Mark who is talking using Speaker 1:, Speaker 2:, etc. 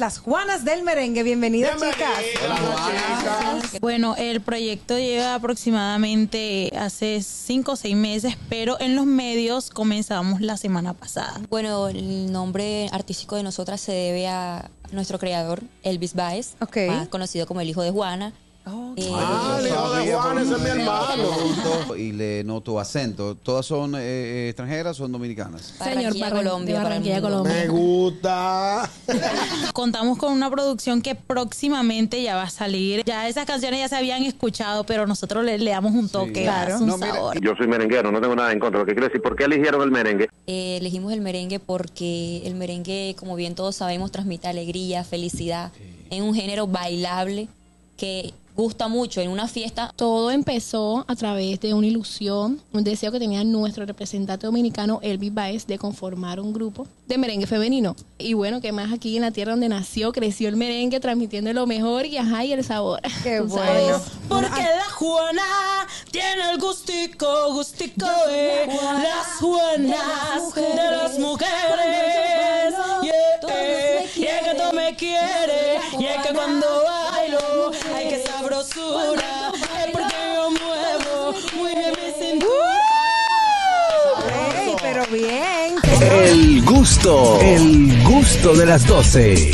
Speaker 1: Las Juanas del Merengue, bienvenidas chicas.
Speaker 2: Bueno, el proyecto lleva aproximadamente hace cinco o seis meses, pero en los medios comenzamos la semana pasada.
Speaker 3: Bueno, el nombre artístico de nosotras se debe a nuestro creador, Elvis Baez,
Speaker 1: Ok.
Speaker 3: más conocido como el hijo de Juana.
Speaker 1: Oh,
Speaker 3: Eh,
Speaker 4: Ah, el hijo de Juan, ese es mi hermano.
Speaker 5: Y le noto acento. Todas son eh, extranjeras, son dominicanas.
Speaker 3: Barranquilla, Colombia, para el
Speaker 2: Barranquilla,
Speaker 3: mundo.
Speaker 2: Colombia.
Speaker 4: Me gusta.
Speaker 2: Contamos con una producción que próximamente ya va a salir. Ya esas canciones ya se habían escuchado, pero nosotros le, le damos un toque,
Speaker 1: Claro.
Speaker 2: un
Speaker 5: No, mira,
Speaker 2: sabor.
Speaker 6: Yo soy merenguero, no tengo nada en contra. Lo que quiero decir, ¿por qué eligieron el merengue?
Speaker 3: eh, elegimos el merengue porque el merengue, como bien todos sabemos, transmite alegría, felicidad. Es un género bailable que gusta mucho en una fiesta.
Speaker 7: Todo empezó a través de una ilusión, un deseo que tenía nuestro representante dominicano Elvis Baez de conformar un grupo de merengue femenino. Y bueno, que más aquí en la tierra donde nació, creció el merengue transmitiendo lo mejor y ajá, y el sabor.
Speaker 1: Qué
Speaker 7: Tú sabes.
Speaker 1: bueno.
Speaker 2: Porque la Juana tiene el gustico, gustico de las Juanas, de las mujeres. Yeah. Y es que tú me quieres, y es que cuando bailo hay que sabrosura. Es porque yo muevo muy bien mi cintura.
Speaker 1: Ey, pero bien.
Speaker 8: El gusto, el gusto de las doce.